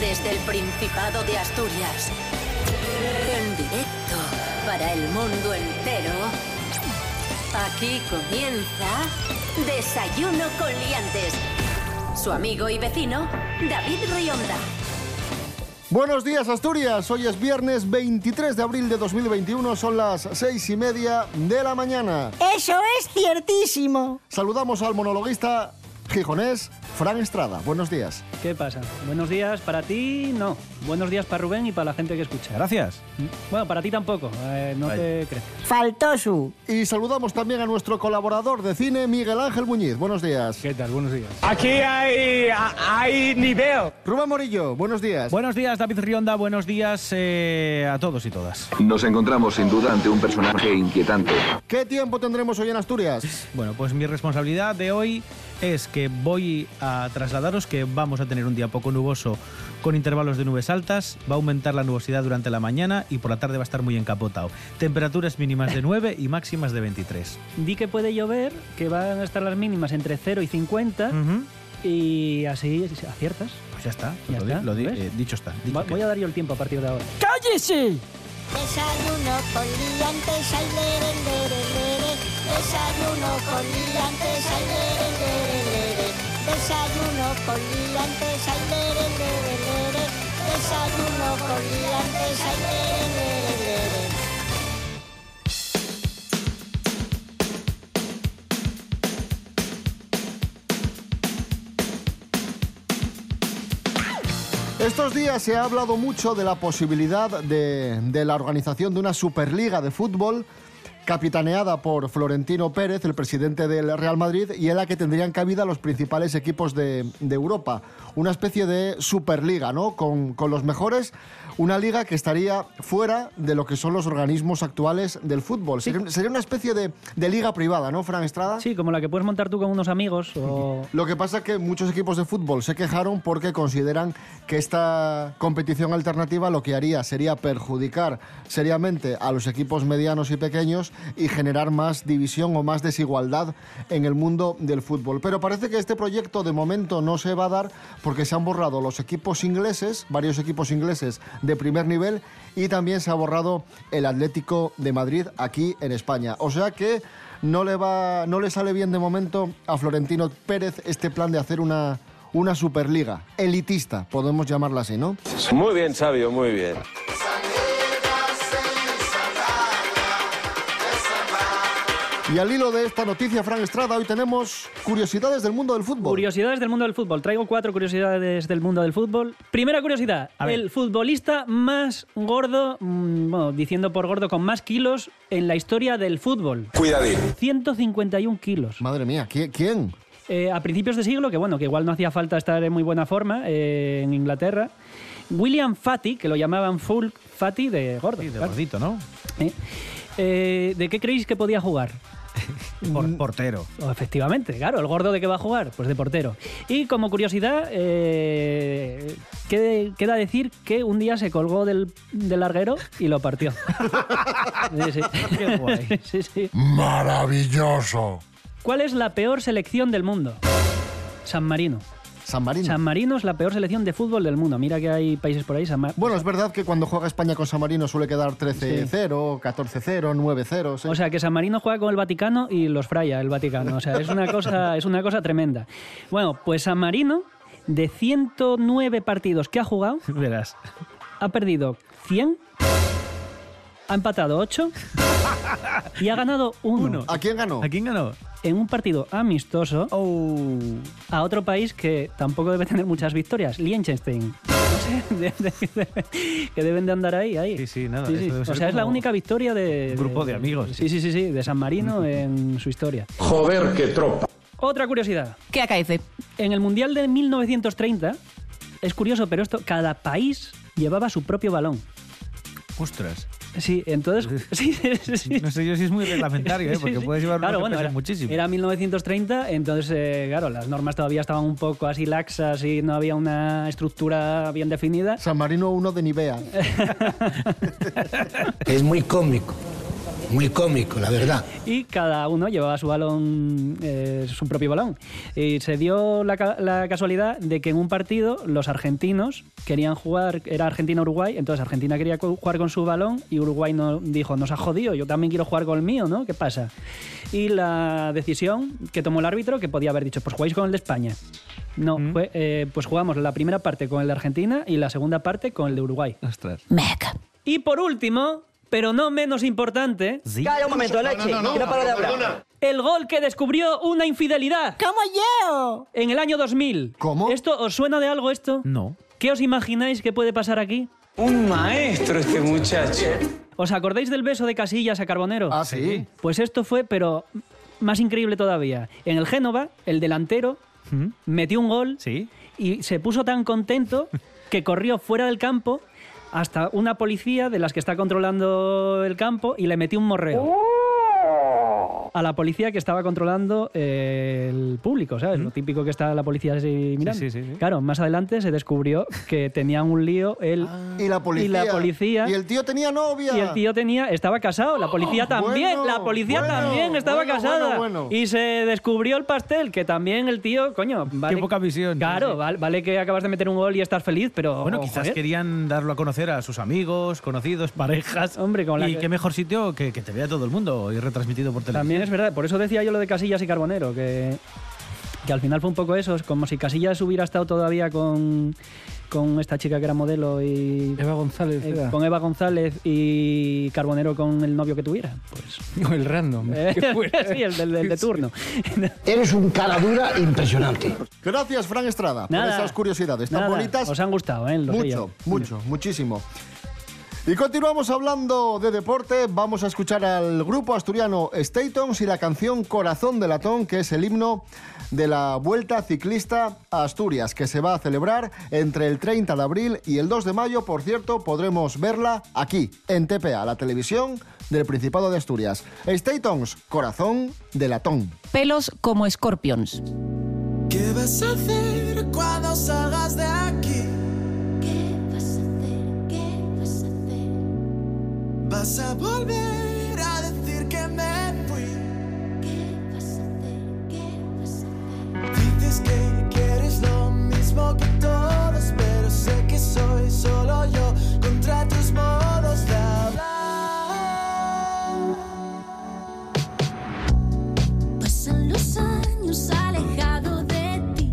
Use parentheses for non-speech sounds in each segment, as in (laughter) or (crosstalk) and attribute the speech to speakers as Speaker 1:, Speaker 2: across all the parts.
Speaker 1: Desde el Principado de Asturias. En directo para el mundo entero. Aquí comienza Desayuno con Liantes. Su amigo y vecino, David Rionda.
Speaker 2: Buenos días Asturias, hoy es viernes 23 de abril de 2021, son las seis y media de la mañana.
Speaker 3: Eso es ciertísimo.
Speaker 2: Saludamos al monologuista gijonés Fran Estrada, buenos días.
Speaker 4: ¿Qué pasa? Buenos días para ti, no. Buenos días para Rubén y para la gente que escucha. Mm.
Speaker 5: Gracias.
Speaker 4: Bueno, para ti tampoco, eh, no te creas.
Speaker 3: Faltó su.
Speaker 2: Y saludamos también a nuestro colaborador de cine, Miguel Ángel Muñiz, buenos días.
Speaker 6: ¿Qué tal? Buenos días.
Speaker 7: Aquí hay, ah, a- hay nivel.
Speaker 2: Rubén Morillo, buenos días.
Speaker 5: Buenos días, David Rionda. Buenos días eh, a todos y todas.
Speaker 8: Nos encontramos sin duda ante un personaje inquietante.
Speaker 2: ¿Qué tiempo tendremos hoy en Asturias?
Speaker 5: Bueno, pues mi responsabilidad de hoy es que voy a trasladaros que vamos a tener un día poco nuboso con intervalos de nubes altas, va a aumentar la nubosidad durante la mañana y por la tarde va a estar muy encapotado. Temperaturas mínimas de 9 y máximas de 23.
Speaker 4: Di que puede llover, que van a estar las mínimas entre 0 y 50
Speaker 5: Ujú.
Speaker 4: y así aciertas.
Speaker 5: Pues ya está,
Speaker 4: Ya
Speaker 5: lo di-
Speaker 4: está,
Speaker 5: lo di-
Speaker 4: ¿ves?
Speaker 5: eh, dicho está. dicho
Speaker 4: Va-
Speaker 5: que-
Speaker 4: voy a dar yo el tiempo a partir de ahora.
Speaker 3: ¡Cállese!
Speaker 9: Desayuno con liantes, ay, lere, lere, lere. Desayuno con liantes, ay, lere, lere, lere. Desayuno con liantes, ay, lere, lere, lere. Desayuno con liantes, ay, lere, lere, lere.
Speaker 2: Estos días se ha hablado mucho de la posibilidad de, de la organización de una Superliga de fútbol capitaneada por Florentino Pérez, el presidente del Real Madrid, y en la que tendrían cabida los principales equipos de, de Europa. Una especie de Superliga, ¿no? Con, con los mejores, una liga que estaría fuera de lo que son los organismos actuales del fútbol. Sería, sería una especie de, de liga privada, ¿no, Fran Estrada?
Speaker 4: Sí, como la que puedes montar tú con unos amigos
Speaker 5: (laughs)
Speaker 4: o...
Speaker 2: Lo que pasa es que muchos equipos de fútbol se quejaron porque consideran que esta competición alternativa lo que haría sería perjudicar seriamente a los equipos medianos y pequeños y generar más división o más desigualdad en el mundo del fútbol. Pero parece que este proyecto de momento no se va a dar porque se han borrado los equipos ingleses, varios equipos ingleses de primer nivel y también se ha borrado el Atlético de Madrid aquí en España. O sea que no le va no le sale bien de momento a Florentino Pérez este plan de hacer una una superliga elitista, podemos llamarla así, ¿no?
Speaker 7: Muy bien, sabio, muy bien.
Speaker 2: Y al hilo de esta noticia, Fran Estrada, hoy tenemos curiosidades del mundo del fútbol.
Speaker 4: Curiosidades del mundo del fútbol. Traigo cuatro curiosidades del mundo del fútbol. Primera curiosidad,
Speaker 5: A ver.
Speaker 4: el futbolista más gordo, mm, bueno, diciendo por gordo, con más kilos en la historia del fútbol.
Speaker 8: Cuidadín.
Speaker 4: 151 kilos.
Speaker 2: Madre mía, ¿qui- ¿quién?
Speaker 4: Eh, a principios de siglo, que bueno, que igual no hacía falta estar en muy buena forma eh, en Inglaterra, William Fatty, que lo llamaban Full Fatty de gordo.
Speaker 5: Sí, de
Speaker 4: claro,
Speaker 5: gordito, ¿no?
Speaker 4: ¿eh? Eh, ¿De qué creéis que podía jugar?
Speaker 5: Por- portero. (laughs)
Speaker 4: Oh, Efectivamente, claro, ¿el gordo de qué va a jugar? Pues de portero. Y como curiosidad, eh, que- queda decir que un día se colgó del, del larguero y lo
Speaker 5: (laughs)
Speaker 4: partió. Sí, sí.
Speaker 5: Qué guay.
Speaker 4: (laughs) Sí, sí.
Speaker 10: Maravilloso.
Speaker 4: ¿Cuál es la peor selección del mundo? San Marino.
Speaker 2: San Marino.
Speaker 4: San Marino es la peor selección de fútbol del mundo. Mira que hay países por ahí. San Mar-
Speaker 2: Bueno, es verdad que cuando juega España con San Marino suele quedar 13-0, 14-0, 9-0. sí.
Speaker 4: O sea, que San Marino juega con el Vaticano y los fraya el Vaticano. O sea, es una cosa, es una cosa tremenda. Bueno, pues San Marino, de 109 partidos que ha jugado,
Speaker 5: Verás.
Speaker 4: ha perdido 100, ha empatado 8 y ha ganado 1
Speaker 2: ¿A quién ganó?
Speaker 5: ¿A quién ganó?
Speaker 4: en un partido amistoso
Speaker 5: Oh.
Speaker 4: a otro país que tampoco debe tener muchas victorias, Liechtenstein. (laughs) No sé, de- de- de- que deben de andar ahí, ahí.
Speaker 5: Sí, sí, nada, eso debe
Speaker 4: O
Speaker 5: ser
Speaker 4: sea, es la
Speaker 5: como
Speaker 4: única victoria de...
Speaker 5: un grupo de amigos.
Speaker 4: Sí, sí, sí, sí, de San Marino
Speaker 5: (laughs)
Speaker 4: en su historia.
Speaker 8: Joder, qué tropa.
Speaker 4: Otra curiosidad.
Speaker 1: ¿Qué acaece?
Speaker 4: En el Mundial de 1930, es curioso, pero esto, cada país llevaba su propio balón.
Speaker 5: Ostras.
Speaker 4: Sí,
Speaker 5: (laughs)
Speaker 4: entonces... sí, sí, sí, sí.
Speaker 5: No sé yo si es muy reglamentario, ¿eh?
Speaker 4: Sí,
Speaker 5: porque
Speaker 4: sí.
Speaker 5: puedes llevar
Speaker 4: Claro,
Speaker 5: uno
Speaker 4: bueno,
Speaker 5: que pesa
Speaker 4: era,
Speaker 5: muchísimo.
Speaker 4: Era 1930, entonces, eh, claro, las normas todavía estaban un poco así laxas y no había una estructura bien definida.
Speaker 2: San Marino 1 de Nivea.
Speaker 10: Es muy cómico.
Speaker 6: Muy cómico, la verdad.
Speaker 4: y cada uno llevaba su balón, eh, su propio balón. Y se dio la, ca- la casualidad de que en un partido los argentinos querían jugar, era Argentina-Uruguay, entonces Argentina quería co- jugar con su balón y Uruguay no, dijo, nos ha jodido, yo también quiero jugar con el mío, ¿no? ¿Qué pasa? Y la decisión que tomó el árbitro, que podía haber dicho, pues jugáis con el de España. No, fue, eh, pues jugamos la primera parte con el de Argentina y la segunda parte con el de Uruguay.
Speaker 5: Ostras.
Speaker 1: Mec.
Speaker 4: Y por último, pero no menos importante,
Speaker 11: Calla un momento, leche, que no paro de hablar.
Speaker 4: el gol que descubrió una infidelidad
Speaker 3: ¡Como yo!
Speaker 4: en el año 2000.
Speaker 2: ¿Cómo?
Speaker 4: ¿Esto os suena de algo esto?
Speaker 5: No.
Speaker 4: ¿Qué os imagináis que puede pasar aquí?
Speaker 7: Un maestro este muchacho.
Speaker 4: ¿Os acordáis del beso de Casillas a Carbonero? (laughs)
Speaker 2: Ah, sí.
Speaker 4: Pues esto fue, pero más increíble todavía. En el Génova, el delantero
Speaker 5: ¿Mm?
Speaker 4: metió un gol
Speaker 5: Sí.
Speaker 4: y se puso tan contento que corrió fuera del campo hasta una policía de las que está controlando el campo y le metió un
Speaker 2: ¡Oh!
Speaker 4: morreo. A la policía que estaba controlando eh, el público, ¿sabes? Lo típico que está la policía así mirando.
Speaker 5: sí, sí, sí.
Speaker 4: Claro, más adelante se descubrió que tenían un lío él
Speaker 2: Y la policía.
Speaker 4: Y la policía.
Speaker 2: Y el tío tenía novia.
Speaker 4: y el tío tenía, estaba casado, la policía también,
Speaker 2: Bueno,
Speaker 4: la policía
Speaker 2: bueno,
Speaker 4: también estaba
Speaker 2: bueno,
Speaker 4: casada.
Speaker 2: bueno, bueno.
Speaker 4: Y se descubrió el pastel, que también el tío, coño, vale,
Speaker 5: Qué poca visión.
Speaker 4: Claro, val- vale, que acabas de meter un gol y estás feliz, pero
Speaker 5: Bueno, quizás
Speaker 4: joder,
Speaker 5: ¿eh? querían darlo a conocer a sus amigos, conocidos, parejas.
Speaker 4: Hombre, como la
Speaker 5: y
Speaker 4: que-
Speaker 5: qué mejor sitio que, que te vea todo el mundo y retransmitido por televisión.
Speaker 4: también es verdad, por eso decía yo lo de Casillas y Carbonero, que, que al final fue un poco eso, es como si Casillas hubiera estado todavía con, con esta chica que era modelo y
Speaker 12: Eva González.
Speaker 4: eh,
Speaker 13: (laughs)
Speaker 12: era.
Speaker 4: con Eva González y Carbonero con el novio que tuviera, pues.
Speaker 12: el
Speaker 4: (laughs)
Speaker 12: random.
Speaker 4: eh,
Speaker 12: Qué fuerte.
Speaker 4: sí, el del, del de turno.
Speaker 6: Eres un cara dura impresionante.
Speaker 2: Gracias, Fran Estrada, por
Speaker 4: Nada.
Speaker 2: esas curiosidades tan
Speaker 4: Nada,
Speaker 2: bonitas.
Speaker 4: Os han gustado, ¿eh? Lo sé yo.
Speaker 2: mucho, mucho, muchísimo. Y continuamos hablando de deporte. Vamos a escuchar al grupo asturiano Statons y la canción Corazón de Latón, que es el himno de la Vuelta Ciclista a Asturias, que se va a celebrar entre el 30 de abril y el 2 de mayo. Por cierto, podremos verla aquí, en TPA, la televisión del Principado de Asturias. Statons, Corazón de Latón.
Speaker 1: Pelos como escorpions.
Speaker 7: ¿Qué vas a hacer cuando salgas de aquí?
Speaker 9: ¿Qué vas a hacer? ¿Qué vas a hacer?
Speaker 7: ¿Vas a volver a decir que me fui?
Speaker 9: ¿Qué vas a hacer? ¿Qué vas a hacer?
Speaker 7: Dices que quieres lo mismo que todos, pero sé que soy solo yo contra tus modos de hablar.
Speaker 9: Pasan los años alejado de ti.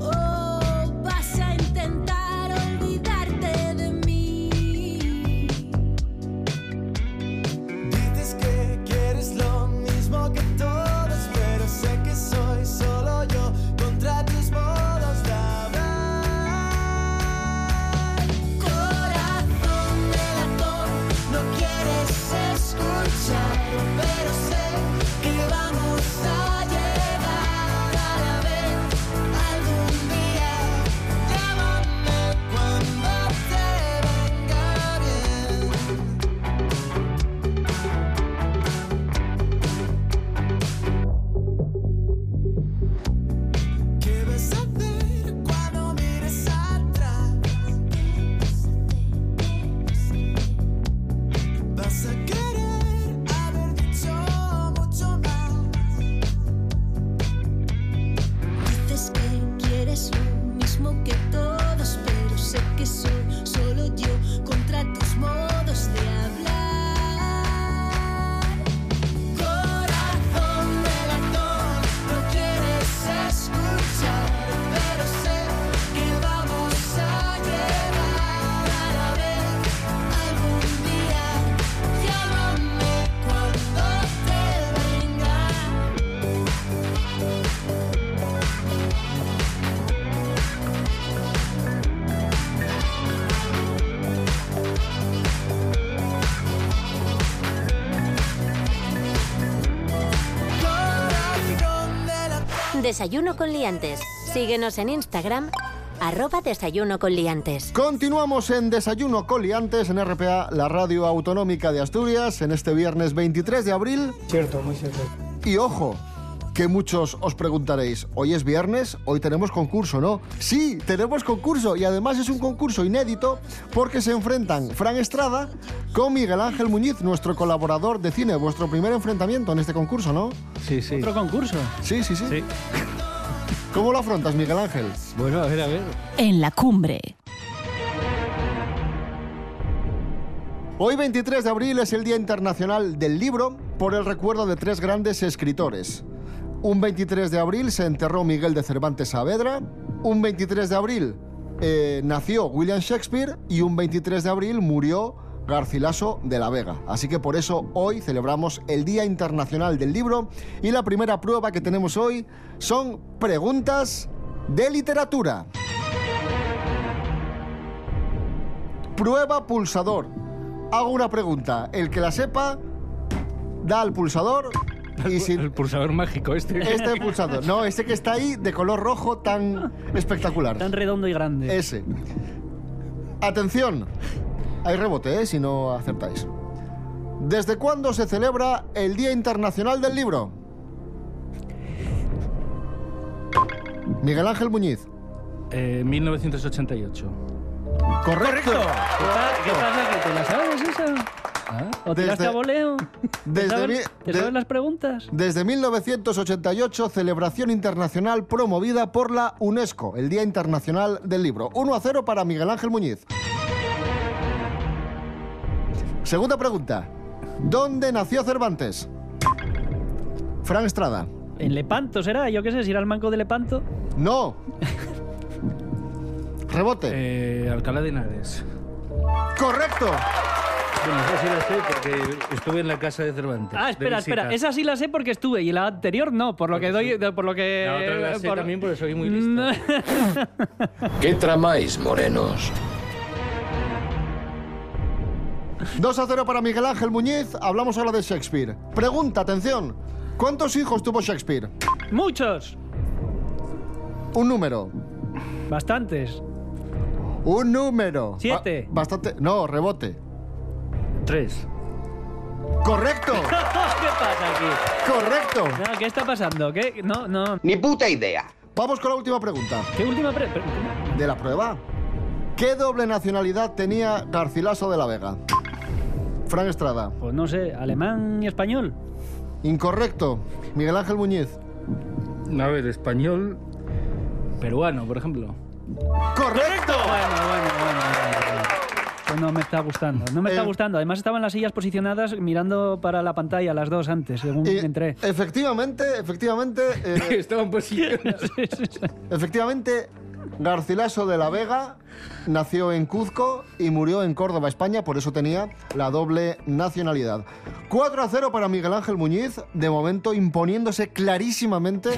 Speaker 9: Oh, vas a intentar olvidarte de mí.
Speaker 7: Dices que quieres lo mismo que todos, pero sé que soy solo yo contra tus modos de hablar.
Speaker 9: Corazón de latón, no quieres escucharlo, pero sé que vamos a llegar a la vez algún día. Llámame cuando te venga bien.
Speaker 7: ¿Qué vas a hacer cuando mires atrás? Vas a querer haber dicho mucho más.
Speaker 9: Dices que quieres lo mismo que todos, pero sé que soy solo yo contra tus modos de hablar. Corazón de latón, no quieres escuchar, pero sé que vamos a llegar a la vez algún día. Llámame cuando te venga.
Speaker 1: Desayuno con liantes. Síguenos en Instagram, arroba desayuno con liantes.
Speaker 2: Continuamos en Desayuno Coliantes en RPA, la radio autonómica de Asturias, en este viernes 23 de abril. Cierto, muy cierto. Y ojo, que muchos os preguntaréis, hoy es viernes, hoy tenemos concurso, ¿no? Sí, tenemos concurso y además es un concurso inédito porque se enfrentan Fran Estrada con Miguel Ángel Muñiz, nuestro colaborador de cine, vuestro primer enfrentamiento en este concurso, ¿no?
Speaker 5: Sí, sí.
Speaker 4: ¿Otro concurso?
Speaker 2: Sí, sí, sí. ¿Cómo lo afrontas, Miguel Ángel?
Speaker 5: Bueno, a ver, a ver.
Speaker 12: En la cumbre.
Speaker 2: Hoy 23 de abril es el Día Internacional del Libro por el recuerdo de tres grandes escritores. Un 23 de abril se enterró Miguel de Cervantes Saavedra, un 23 de abril eh, nació William Shakespeare y un 23 de abril murió Garcilaso de la Vega. Así que por eso hoy celebramos el Día Internacional del Libro y la primera prueba que tenemos hoy son preguntas de literatura. Prueba pulsador. Hago una pregunta. El que la sepa, da al pulsador y si...
Speaker 13: El pulsador mágico este.
Speaker 4: (laughs)
Speaker 2: Este pulsador. No, este que está ahí de color rojo tan espectacular. Tan
Speaker 4: redondo y grande.
Speaker 2: Ese. Atención. Hay rebote, ¿eh? Si no acertáis. ¿Desde cuándo se celebra el Día Internacional del Libro? Miguel Ángel Muñiz.
Speaker 13: Eh, 1988.
Speaker 2: Correcto.
Speaker 4: ¿Qué pa- qué pasa? ¿Que te la sabes esa? Ah, ¿O te
Speaker 2: Desde-
Speaker 4: a voleo? ¿Te
Speaker 2: desde
Speaker 4: sabes-
Speaker 2: mi-
Speaker 4: ¿Te
Speaker 2: de-
Speaker 4: sabes las preguntas?
Speaker 2: Desde 1988, celebración internacional promovida por la UNESCO, el Día Internacional del Libro. 1 a 0 para Miguel Ángel Muñiz. Segunda pregunta. ¿Dónde nació Cervantes? Frank Estrada.
Speaker 4: En Lepanto será, yo qué sé, si era el manco de Lepanto.
Speaker 2: No. Rebote.
Speaker 5: Eh.
Speaker 13: Eh, Alcalá de Henares.
Speaker 2: Correcto.
Speaker 13: Bueno, esa sí la sé porque estuve en la casa de Cervantes.
Speaker 4: Ah,
Speaker 13: de
Speaker 4: espera, espera.
Speaker 13: visita.
Speaker 4: Esa sí la sé porque estuve y la anterior no, por lo que doy, por lo que...
Speaker 13: La otra la sé
Speaker 4: eh, por-
Speaker 13: también porque soy muy listo.
Speaker 6: ¿Qué tramáis, morenos?
Speaker 2: 2 a 0 para Miguel Ángel Muñiz. Hablamos ahora de Shakespeare. Pregunta, atención. ¿Cuántos hijos tuvo Shakespeare?
Speaker 4: Muchos.
Speaker 2: Un número.
Speaker 4: Bastantes.
Speaker 2: Un número.
Speaker 4: Siete.
Speaker 2: Ba- bastante. No, rebote.
Speaker 13: Tres.
Speaker 2: Correcto.
Speaker 4: (laughs) ¿Qué pasa aquí?
Speaker 2: Correcto.
Speaker 4: No, ¿Qué está pasando? ¿Qué? No, no.
Speaker 2: Ni puta idea. Vamos con la última pregunta.
Speaker 4: ¿Qué última pre- pre-
Speaker 2: De la prueba. ¿Qué doble nacionalidad tenía Garcilaso de la Vega? Fran Estrada.
Speaker 4: Pues no sé, alemán y español.
Speaker 2: Incorrecto. Miguel Ángel Muñiz.
Speaker 13: A ver, español. Peruano, por ejemplo.
Speaker 2: ¡Correcto!
Speaker 4: Bueno, bueno, bueno. bueno, bueno. Pues No me está gustando, no
Speaker 2: Eh.
Speaker 4: me está gustando. Además estaban las sillas posicionadas mirando para la pantalla las dos antes, según
Speaker 2: Eh,
Speaker 4: entré.
Speaker 2: Efectivamente,
Speaker 4: (laughs)
Speaker 2: efectivamente. eh,
Speaker 13: Estaban posicionados.
Speaker 2: (laughs) efectivamente, Garcilaso de la Vega nació en Cuzco y murió en Córdoba, España, por eso tenía la doble nacionalidad. 4 a 0 para Miguel Ángel Muñiz, de momento imponiéndose clarísimamente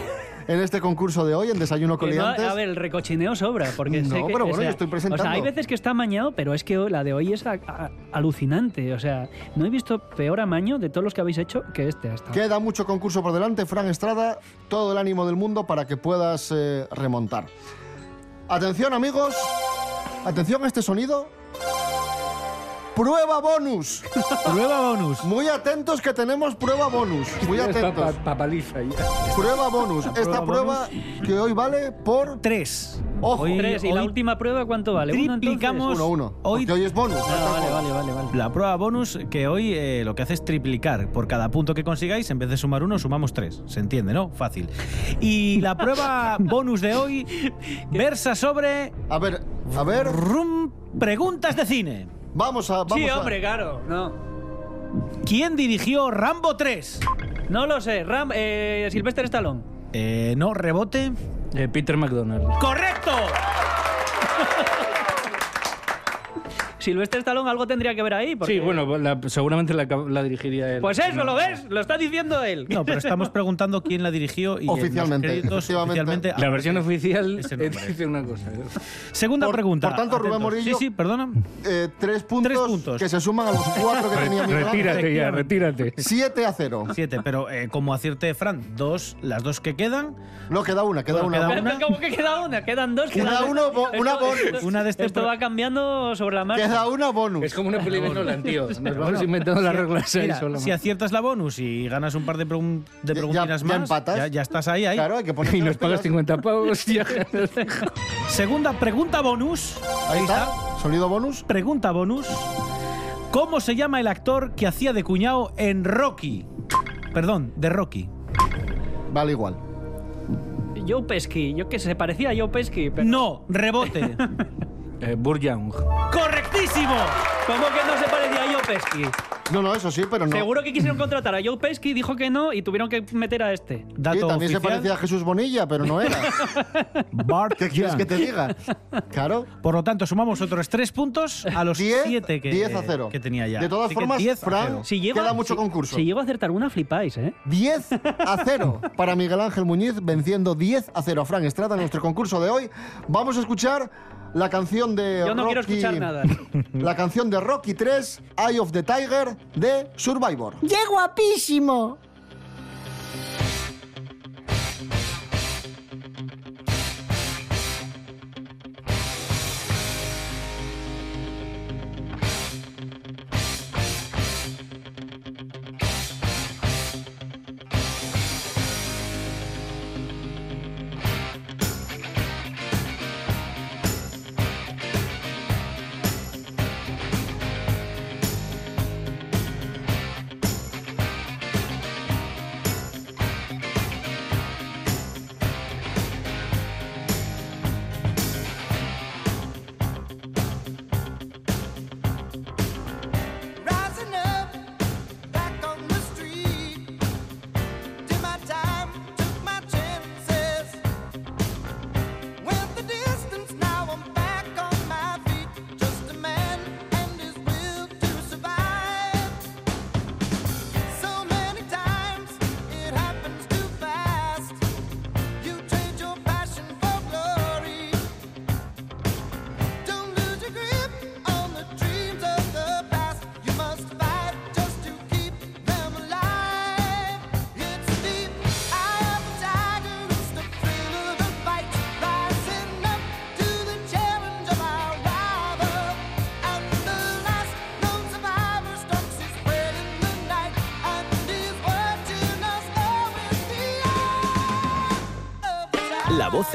Speaker 2: en este concurso de hoy, en Desayuno
Speaker 4: Que Eh, no,
Speaker 2: Coliantes.
Speaker 4: a ver, el recochineo sobra, porque sé
Speaker 2: No,
Speaker 4: que,
Speaker 2: pero
Speaker 4: o
Speaker 2: bueno,
Speaker 4: sea,
Speaker 2: yo estoy presentando.
Speaker 4: O sea, hay veces que está amañado, pero es que la de hoy es a- a- alucinante. O sea, no he visto peor amaño de todos los que habéis hecho que este hasta. ahora.
Speaker 2: Ah. Queda mucho concurso por delante, Fran Estrada, todo el ánimo del mundo para que puedas eh, remontar. Atención amigos, atención a este sonido. Prueba bonus.
Speaker 5: Prueba bonus.
Speaker 2: Muy atentos que tenemos prueba
Speaker 13: (laughs)
Speaker 2: bonus. Muy atentos.
Speaker 13: Papaliza ya.
Speaker 2: Prueba bonus. Esta prueba que hoy vale por...
Speaker 5: Tres.
Speaker 2: Ojo,
Speaker 5: Hoy-
Speaker 4: Oh, Tres, y la
Speaker 5: hoy
Speaker 4: última prueba, ¿cuánto vale? ¿Uno, entonces?
Speaker 5: Triplicamos
Speaker 2: Uno, uno.
Speaker 5: Hoy-
Speaker 2: Porque hoy es bonus.
Speaker 4: Ah, vale, vale, vale, vale.
Speaker 5: La prueba bonus que hoy eh, lo que hace es triplicar. Por cada punto que consigáis, en vez de sumar uno, sumamos tres. ¿Se entiende, no? Fácil. Y la
Speaker 4: (laughs)
Speaker 5: prueba bonus de hoy versa sobre
Speaker 2: A ver, a ver.
Speaker 5: rum, preguntas de cine.
Speaker 2: Vamos a... Vamos
Speaker 4: Sí,
Speaker 2: a-
Speaker 4: hombre, claro. No.
Speaker 5: ¿Quién dirigió Rambo 3?
Speaker 4: No lo sé. Ram, eh, Sylvester Stallone.
Speaker 5: Eh, no, rebote.
Speaker 13: Eh, Peter McDonald.
Speaker 5: ¡Correcto!
Speaker 4: Sylvester Stallone algo tendría que ver ahí. porque-
Speaker 13: Sí, bueno, la- seguramente la, la dirigiría él.
Speaker 4: Pues eso, ¿lo ves? Lo está diciendo él.
Speaker 5: No, pero estamos preguntando quién la dirigió y en los
Speaker 2: Oficialmente,
Speaker 5: créditos,
Speaker 2: efectivamente.
Speaker 5: oficialmente-
Speaker 13: La versión oficial
Speaker 5: Ese
Speaker 13: eh,
Speaker 5: nombre.
Speaker 13: dice una cosa. ¿eh?
Speaker 5: Segunda
Speaker 2: Por-
Speaker 5: pregunta.
Speaker 2: por tanto, Rubén Morillo-
Speaker 5: Sí, sí, perdona.
Speaker 2: eh, tres, puntos
Speaker 5: puntos.
Speaker 2: que se suman a los cuatro que tenía Miguel Ángel.
Speaker 13: Retírate ya, (laughs) retírate.
Speaker 2: 7 a 0.
Speaker 5: Siete, pero eh, como acierte Fran, dos, las dos que quedan,
Speaker 2: No, queda una, queda
Speaker 5: Bueno,
Speaker 2: una.
Speaker 5: queda
Speaker 4: Pero
Speaker 5: una.
Speaker 4: ¿Cómo que queda una? Quedan dos.
Speaker 2: Queda
Speaker 4: quedan
Speaker 2: uno,
Speaker 4: dos.
Speaker 2: bo- una
Speaker 4: Esto-
Speaker 2: bonus.
Speaker 4: esto-
Speaker 5: Una de este
Speaker 4: Esto
Speaker 5: pro-
Speaker 4: va cambiando sobre la marcha.
Speaker 2: Cada una bonus.
Speaker 14: Es como una peli Nolan, tío. Nos vamos
Speaker 5: Bueno,
Speaker 14: inventando las
Speaker 5: si-
Speaker 14: reglas ahí
Speaker 5: mira,
Speaker 14: solo.
Speaker 5: Si aciertas la bonus y ganas un par de, pregun- de preguntinas más,
Speaker 2: empatas.
Speaker 5: Ya, ya estás ahí, ahí.
Speaker 2: Claro, hay que poner
Speaker 5: Y nos
Speaker 2: los
Speaker 5: pagas
Speaker 2: pelos.
Speaker 5: 50 pavos. ya. Segunda pregunta bonus.
Speaker 2: Ahí está. Sonido bonus.
Speaker 5: Pregunta bonus. ¿Cómo se llama el actor que hacía de cuñado en Rocky? Perdón, de Rocky.
Speaker 2: Vale igual.
Speaker 4: Joe Pesky, yo que se parecía a Joe Pesky. Pero...
Speaker 5: No,
Speaker 2: (laughs)
Speaker 5: rebote.
Speaker 14: Burjang.
Speaker 5: ¡Correctísimo!
Speaker 4: ¿Cómo que no se parecía a Joe Pesky?
Speaker 2: No, no, eso sí, pero no.
Speaker 4: Seguro que quisieron contratar a Joe Pesky, dijo que no y tuvieron que meter a este.
Speaker 5: Dato
Speaker 2: Sí, también se
Speaker 5: oficial.
Speaker 2: parecía a Jesús Bonilla, pero no era.
Speaker 5: Bart
Speaker 2: ¿Qué quieres
Speaker 5: Young.
Speaker 2: que te diga? Claro.
Speaker 5: Por lo tanto, sumamos otros tres puntos a los
Speaker 2: 10,
Speaker 5: siete que,
Speaker 2: 10 a 0.
Speaker 5: que tenía ya.
Speaker 2: De todas
Speaker 5: Así que
Speaker 2: formas,
Speaker 5: 10 a
Speaker 2: Fran,
Speaker 5: cero.
Speaker 4: Si llego-
Speaker 2: queda mucho
Speaker 4: si-
Speaker 2: concurso.
Speaker 4: Si llego a acertar una, flipáis, ¿eh?
Speaker 2: 10 a 0 para Miguel Ángel Muñiz, venciendo 10 a 0 a Fran Estrada en nuestro concurso de hoy. Vamos a escuchar la canción de
Speaker 4: Yo no quiero
Speaker 2: Rocky-
Speaker 4: escuchar nada.
Speaker 2: (laughs) La canción de Rocky 3, Eye of the Tiger, de Survivor.
Speaker 15: ¡Qué guapísimo!
Speaker 9: Rising up, back on the street. Did my time, took my chances. Went the distance, now I'm back on my feet. Just a man and his will to survive. So many times it happens too fast. You trade your passion for glory. Don't lose your grip on the dreams of the past. You must fight just to keep them alive. It's deep, eye of the tiger, it's the thrill of the fight. Rising up to the challenge of our rival. And the last known survivor stalks his prey in the night and is watching us all with the
Speaker 16: La voz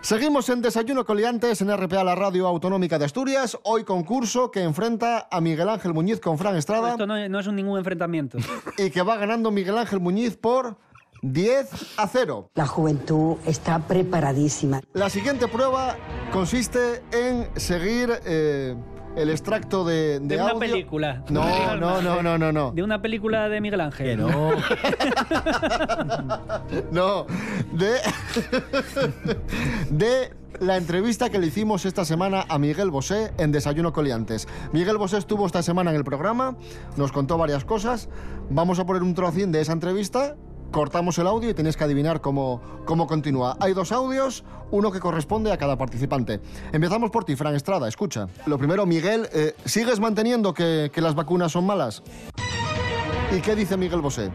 Speaker 2: Seguimos en Desayuno Coliantes en RPA, la radio autonómica de Asturias. Hoy concurso que enfrenta a Miguel Ángel Muñiz con Fran Estrada.
Speaker 4: Esto no, no es un ningún enfrentamiento.
Speaker 2: y que va ganando Miguel Ángel Muñiz por 10 a 0.
Speaker 17: La juventud está preparadísima.
Speaker 2: La siguiente prueba consiste en seguir eh, el extracto de, de
Speaker 4: De una
Speaker 2: audio.
Speaker 4: película. (laughs)
Speaker 2: No, no, no, no, no, no.
Speaker 4: De una película de Miguel Ángel.
Speaker 5: no.
Speaker 2: No, de, de la entrevista que le hicimos esta semana a Miguel Bosé en Desayuno Coliantes. Miguel Bosé estuvo esta semana en el programa, nos contó varias cosas. Vamos a poner un trocín de esa entrevista, cortamos el audio y tenéis que adivinar cómo, cómo continúa. Hay dos audios, uno que corresponde a cada participante. Empezamos por ti, Fran Estrada, escucha. Lo primero, Miguel, eh, ¿sigues manteniendo que, que las vacunas son malas? ¿Y qué dice Miguel Bosé?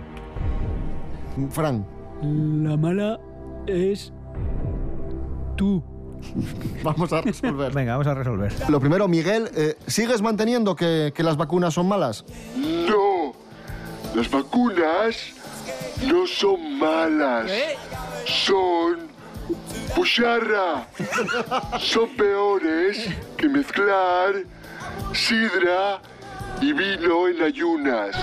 Speaker 2: Fran.
Speaker 4: La mala es tú.
Speaker 2: (laughs) Vamos a resolver.
Speaker 5: Venga, vamos a resolver.
Speaker 2: Lo primero, Miguel, eh, ¿sigues manteniendo que, que las vacunas son malas?
Speaker 10: No, las vacunas no son malas. Son pucharra. Son peores que mezclar sidra y vino en ayunas.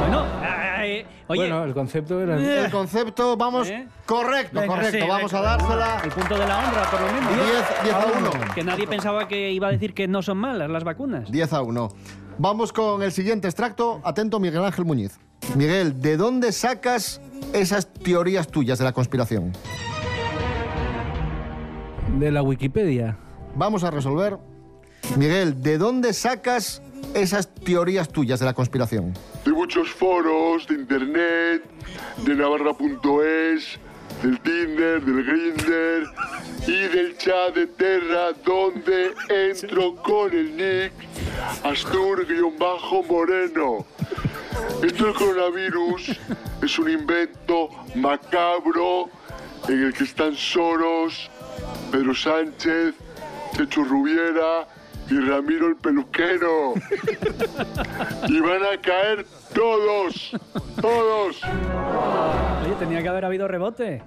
Speaker 4: Bueno, ay, Oye, Eh,
Speaker 13: Bueno, el concepto era...
Speaker 2: El concepto, vamos, correcto,
Speaker 4: Venga,
Speaker 2: correcto.
Speaker 4: sí,
Speaker 2: vamos
Speaker 4: venga.
Speaker 2: a dársela.
Speaker 4: El punto de la honra, por lo menos.
Speaker 2: 10, 10 a 1.
Speaker 4: Que nadie pensaba que iba a decir que no son malas las vacunas.
Speaker 2: 10 a 1. Vamos con el siguiente extracto. Atento, Miguel Ángel Muñiz. Miguel, ¿de dónde sacas esas teorías tuyas de la conspiración?
Speaker 13: De la Wikipedia.
Speaker 2: Vamos a resolver. Miguel, ¿de dónde sacas esas teorías tuyas de la conspiración?
Speaker 10: De muchos foros, de internet, de navarra.es, del Tinder, del Grinder y del chat de Terra, donde entro con el nick Astur-Moreno. Esto del coronavirus es un invento macabro en el que están Soros, Pedro Sánchez, Checho Rubiera y Ramiro el peluquero. Y van a caer todos, todos.
Speaker 4: Oye, tenía que haber habido rebote.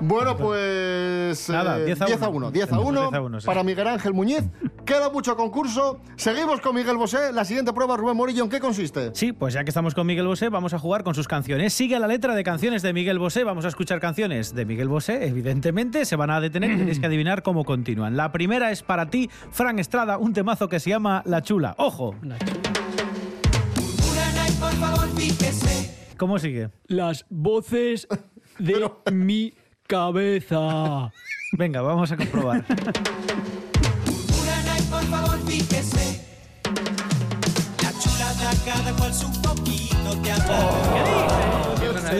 Speaker 2: Bueno, pues.
Speaker 5: Nada, 10 a
Speaker 2: 1.
Speaker 5: 1.
Speaker 2: 10 a
Speaker 5: 10 a
Speaker 2: 1
Speaker 5: 1, sí.
Speaker 2: para Miguel Ángel Muñiz. Queda mucho concurso. Seguimos con Miguel Bosé. La siguiente prueba, Rubén Morillo, ¿en qué consiste?
Speaker 5: Sí, pues ya que estamos con Miguel Bosé, vamos a jugar con sus canciones. Sigue la letra de canciones de Miguel Bosé. Vamos a escuchar canciones de Miguel Bosé, evidentemente. Se van a (clears throat) detener y tenéis que adivinar cómo continúan. La primera es para ti, Fran Estrada, un temazo que se llama La Chula. ¡Ojo!
Speaker 7: por favor, fíjese.
Speaker 5: ¿Cómo sigue?
Speaker 13: Las voces (laughs) de mi cabeza.
Speaker 5: Venga, vamos a comprobar.
Speaker 7: Urana y por favor, fíjese. La chula da cada cual su poquito te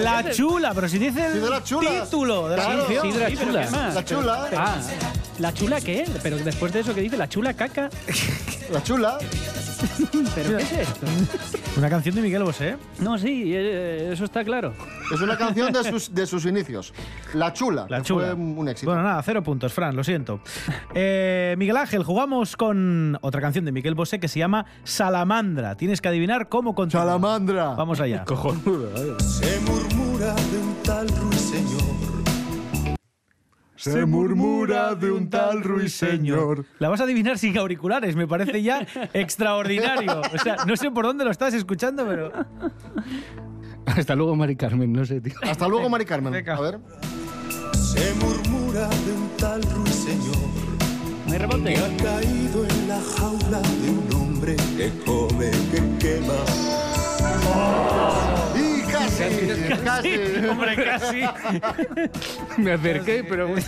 Speaker 5: La Chula, pero si dice el
Speaker 7: Sí, de la chula.
Speaker 5: título de la
Speaker 7: Claro.
Speaker 5: canción.
Speaker 7: Sí, de la
Speaker 4: Sí, pero
Speaker 7: chula.
Speaker 4: ¿qué más?
Speaker 2: La chula.
Speaker 4: Ah, ¿La chula qué? Pero después de eso que dice, la chula caca.
Speaker 2: La chula.
Speaker 4: ¿Pero qué es esto?
Speaker 5: Una canción de Miguel Bosé.
Speaker 4: No, sí, eh, eso está claro.
Speaker 2: Es una canción de sus, de sus inicios. La chula.
Speaker 5: La
Speaker 2: que
Speaker 5: chula.
Speaker 2: Fue un éxito.
Speaker 5: Bueno, nada, cero puntos, Fran, lo siento. Eh, Miguel Ángel, jugamos con otra canción de Miguel Bosé que se llama Salamandra. Tienes que adivinar cómo continúa.
Speaker 2: Salamandra.
Speaker 5: Vamos (laughs) allá.
Speaker 7: Se murmura de un tal ruiseñor.
Speaker 5: Se murmura de un tal ruiseñor. La vas a adivinar sin auriculares, me parece (laughs) ya extraordinario. O sea, no sé por dónde lo estás escuchando, pero...
Speaker 13: Hasta luego, Mari Carmen, no sé, tío.
Speaker 2: Hasta luego, Mari Carmen. A ver.
Speaker 7: Se murmura de un tal ruiseñor.
Speaker 4: Me
Speaker 7: Que ha caído en la jaula de un hombre que come, que quema.
Speaker 2: Y casi, casi.
Speaker 5: Hombre,
Speaker 4: (laughs)
Speaker 5: casi.
Speaker 13: Me acerqué, pero bueno.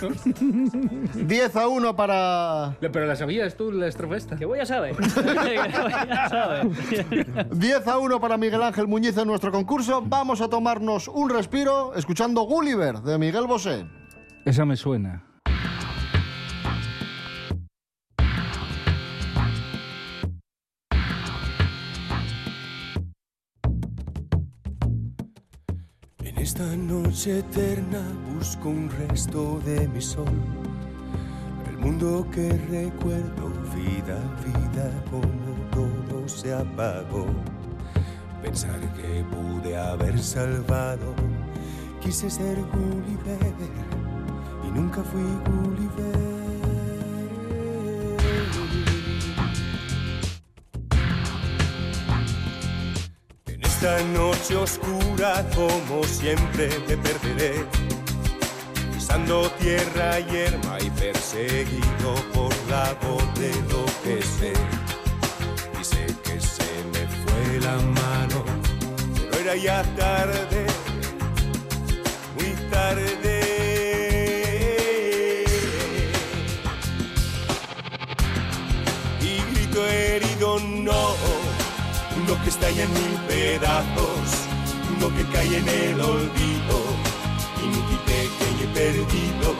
Speaker 2: 10 a 1 para.
Speaker 13: (laughs) Pero la sabías tú, la estrofa esta.
Speaker 4: Que voy a saber. Pues (laughs) ya
Speaker 2: (laughs)
Speaker 4: sabes.
Speaker 2: 10 a 1 para Miguel Ángel Muñiz en nuestro concurso. Vamos a tomarnos un respiro escuchando Gulliver de Miguel Bosé.
Speaker 13: Esa me suena.
Speaker 7: En esta noche eterna busco un resto de mi sol. El mundo que recuerdo, vida, vida, como todo se apagó. Pensar que pude haber salvado. Quise ser Gulliver y nunca fui Gulliver. En esta noche oscura, como siempre, te perderé. Pisando tierra y yerma y perseguido por la voz de lo que sé. Y sé que se me fue la mano, pero era ya tarde, muy tarde. Y grito herido, no uno que estalla en mil pedazos, uno que cae en el olvido, inútil pequeño y perdido,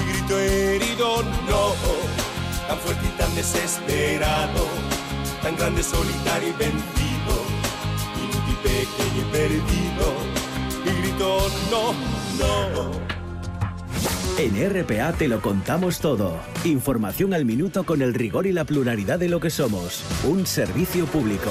Speaker 7: y grito herido, no, tan fuerte y tan desesperado, tan grande, solitario y vencido, inútil pequeño y perdido, y grito no, no.
Speaker 12: En RPA te lo contamos todo. Información al minuto con el rigor y la pluralidad de lo que somos. Un servicio público.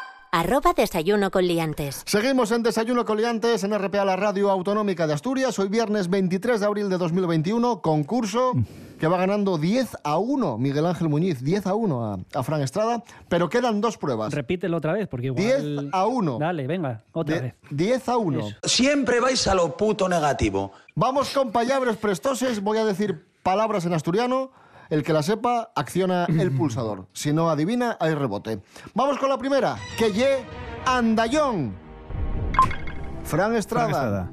Speaker 1: arroba desayuno con liantes.
Speaker 2: Seguimos en Desayuno Coliantes en RPA, la radio autonómica de Asturias. Hoy viernes 23 de abril de 2021, concurso que va ganando 10 a 1 Miguel Ángel Muñiz, 10 a 1 a, a Fran Estrada, pero quedan dos pruebas.
Speaker 4: Repítelo otra vez, porque igual...
Speaker 2: 10 a 1.
Speaker 4: Dale, venga, otra vez.
Speaker 2: 10 a 1.
Speaker 4: Eso.
Speaker 2: Siempre vais a lo puto negativo. Vamos con palabras prestoses. Voy a decir palabras en asturiano. El que la sepa, acciona el (clears throat) pulsador. Si no adivina, hay rebote. Vamos con la primera. Que ye andallón. Fran Estrada.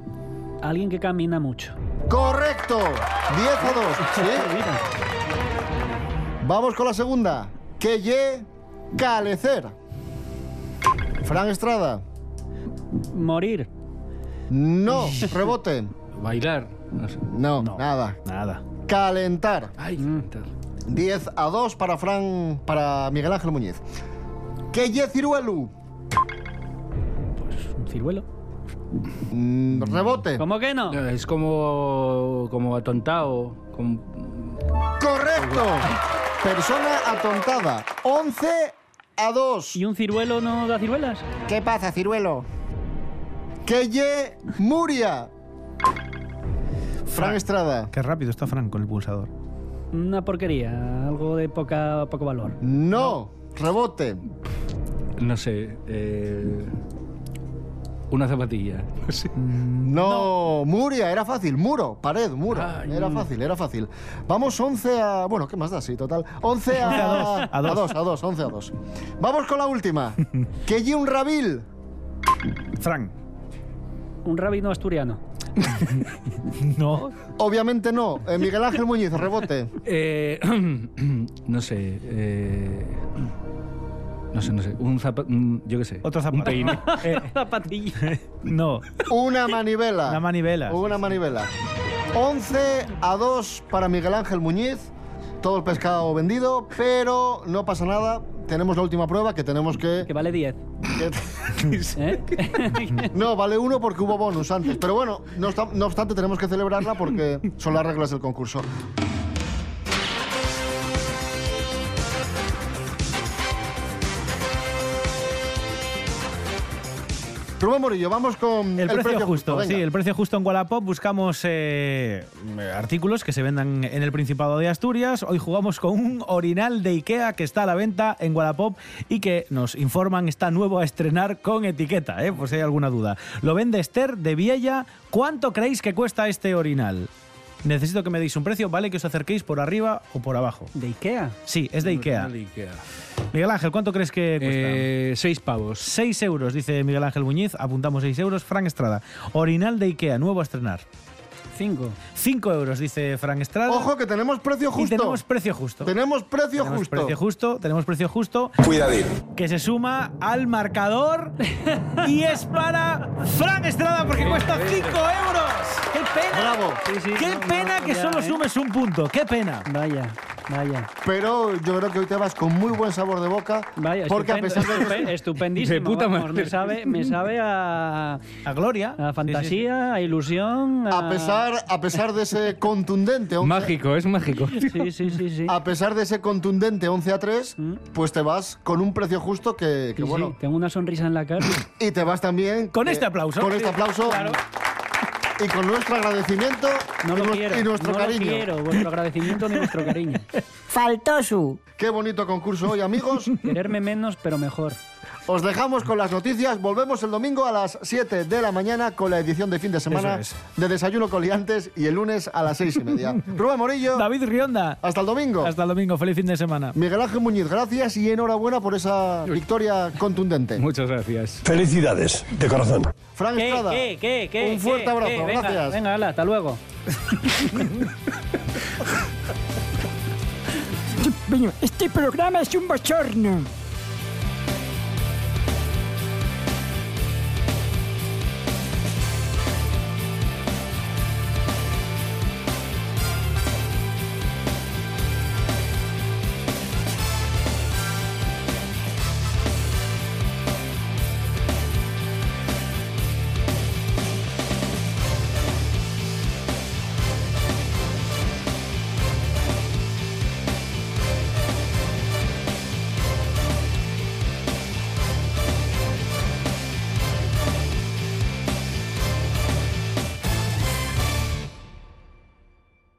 Speaker 4: Alguien que camina mucho.
Speaker 2: Correcto. 10 a (laughs) 2. ¿sí? Vamos con la segunda. Que ye calecer. Fran Estrada.
Speaker 4: Morir.
Speaker 2: (laughs) No, rebote.
Speaker 13: Bailar.
Speaker 2: No, nada.
Speaker 13: Nada.
Speaker 2: Calentar.
Speaker 13: Ay,
Speaker 2: 10 a 2 para Fran, para Miguel Ángel Muñiz. Que ye ciruelu.
Speaker 4: Un ciruelo.
Speaker 2: rebote.
Speaker 4: ¿Cómo que no?
Speaker 13: Es como, como atontado. Como...
Speaker 2: Correcto. Persona atontada. 11 a 2.
Speaker 4: ¿Y un ciruelo no da ciruelas?
Speaker 2: ¿Qué pasa, ciruelo? Que ye Muria. Fran Estrada.
Speaker 5: Qué rápido está Fran con el pulsador.
Speaker 4: Una porquería, algo de poca, poco valor.
Speaker 2: No, rebote.
Speaker 13: No sé. eh, una zapatilla. No sé.
Speaker 2: No, Muria, era fácil. Muro, pared, muro.
Speaker 5: Ah,
Speaker 2: era fácil, era fácil. Vamos 11 a... Bueno, ¿qué más da? Sí, total. 11 a...
Speaker 5: (laughs) A dos.
Speaker 2: A 2, a 2, 11 a 2. Vamos con la última. que ye un rabil.
Speaker 5: Fran.
Speaker 4: Un rabino asturiano.
Speaker 5: No.
Speaker 2: Obviamente no. Eh, Miguel Ángel Muñiz, rebote.
Speaker 13: Eh, (clears throat) no sé. eh, no sé, no sé. Un zapato. Yo qué sé.
Speaker 5: Otro zapato.
Speaker 13: Un peine.
Speaker 2: Eh.
Speaker 4: (laughs) Zapatilla.
Speaker 5: (laughs)
Speaker 2: (laughs)
Speaker 5: No.
Speaker 2: Una manivela.
Speaker 5: Una manivela.
Speaker 2: Una manivela. 11 a 2 para Miguel Ángel Muñiz. Todo el pescado vendido, pero no pasa nada. Tenemos la última prueba que tenemos que...
Speaker 4: Que vale 10. ¿Eh?
Speaker 2: No, vale uno porque hubo bonus antes. Pero bueno, no, obsta- no obstante, tenemos que celebrarla porque son las reglas del concurso. Rubén Morillo, vamos con
Speaker 5: El, precio, justo,
Speaker 2: venga.
Speaker 5: sí, el precio justo en Wallapop. Buscamos eh, artículos que se vendan en el Principado de Asturias. Hoy jugamos con un orinal de Ikea que está a la venta en Wallapop y que nos informan está nuevo a estrenar con etiqueta, eh, por si hay alguna duda. Lo vende Esther de Viella. ¿Cuánto creéis que cuesta este orinal? Necesito que me deis un precio, vale que os acerquéis por arriba o por abajo.
Speaker 4: ¿De Ikea?
Speaker 5: Sí, es de Ikea.
Speaker 13: De Ikea.
Speaker 5: Miguel Ángel, ¿cuánto crees que cuesta?
Speaker 13: Eh, seis pavos.
Speaker 5: 6 euros, dice Miguel Ángel Muñiz. Apuntamos 6 euros. Frank Estrada. Orinal de Ikea, nuevo a estrenar.
Speaker 4: 5.
Speaker 5: 5 euros, dice Frank Estrada.
Speaker 2: Ojo que tenemos precio
Speaker 5: y
Speaker 2: justo.
Speaker 5: tenemos precio justo.
Speaker 2: Tenemos precio
Speaker 5: Tenemos
Speaker 2: justo.
Speaker 5: precio justo. Tenemos precio justo.
Speaker 6: Cuidadín.
Speaker 5: Que se suma
Speaker 2: (laughs)
Speaker 5: al marcador. y es para Frank Estrada porque cuesta 5 euros. ¡Qué pena!
Speaker 2: Bravo.
Speaker 5: ¡Qué pena que
Speaker 13: ¿eh?
Speaker 5: solo sumes un punto! ¡Qué pena!
Speaker 4: Vaya, vaya.
Speaker 2: Pero yo creo que hoy te vas con muy buen sabor de boca.
Speaker 4: Vaya,
Speaker 2: porque a pesar
Speaker 4: estupendo,
Speaker 2: de que
Speaker 4: estupe- estupendísimo.
Speaker 13: De puta
Speaker 4: vamos,
Speaker 13: madre.
Speaker 4: me sabe, me sabe a,
Speaker 5: A Gloria.
Speaker 4: a fantasía, a ilusión. A,
Speaker 2: a pesar, a pesar de ese contundente 11,
Speaker 13: Mágico, es mágico.
Speaker 4: Sí, sí, sí, sí.
Speaker 2: a pesar de ese contundente 11 a 3, pues te vas con un precio justo que, que
Speaker 4: Sí, sí,
Speaker 2: bueno.
Speaker 4: tengo una sonrisa en la cara.
Speaker 2: Y te vas también
Speaker 5: Con este aplauso.
Speaker 2: Con este
Speaker 5: Sí,
Speaker 2: aplauso.
Speaker 5: claro.
Speaker 2: Y con nuestro agradecimiento
Speaker 4: No
Speaker 2: y,
Speaker 4: lo
Speaker 2: nues-
Speaker 4: quiero.
Speaker 2: y nuestro
Speaker 4: no
Speaker 2: cariño.
Speaker 4: Lo quiero, vuestro agradecimiento ni vuestro cariño.
Speaker 3: Faltó su.
Speaker 2: Qué bonito concurso hoy,
Speaker 4: (laughs)
Speaker 2: amigos.
Speaker 4: Quererme menos, pero mejor.
Speaker 2: Os dejamos con las noticias. Volvemos el domingo a las 7 de la mañana con la edición de fin de semana
Speaker 5: Eso
Speaker 2: de Desayuno Coliantes y el lunes a las 6 y
Speaker 4: (laughs)
Speaker 2: media. Rubén Morillo,
Speaker 5: David Rionda.
Speaker 2: hasta el domingo.
Speaker 5: Hasta el domingo. Feliz fin de semana.
Speaker 2: Miguel Ángel Muñiz, gracias y enhorabuena por esa victoria contundente.
Speaker 13: Muchas gracias.
Speaker 6: Felicidades, de corazón.
Speaker 2: Fran Estrada, un fuerte
Speaker 4: qué,
Speaker 2: abrazo.
Speaker 4: qué? Venga,
Speaker 2: gracias.
Speaker 4: Venga, hala, hasta luego.
Speaker 3: Dios mío, Este programa es un bochorno.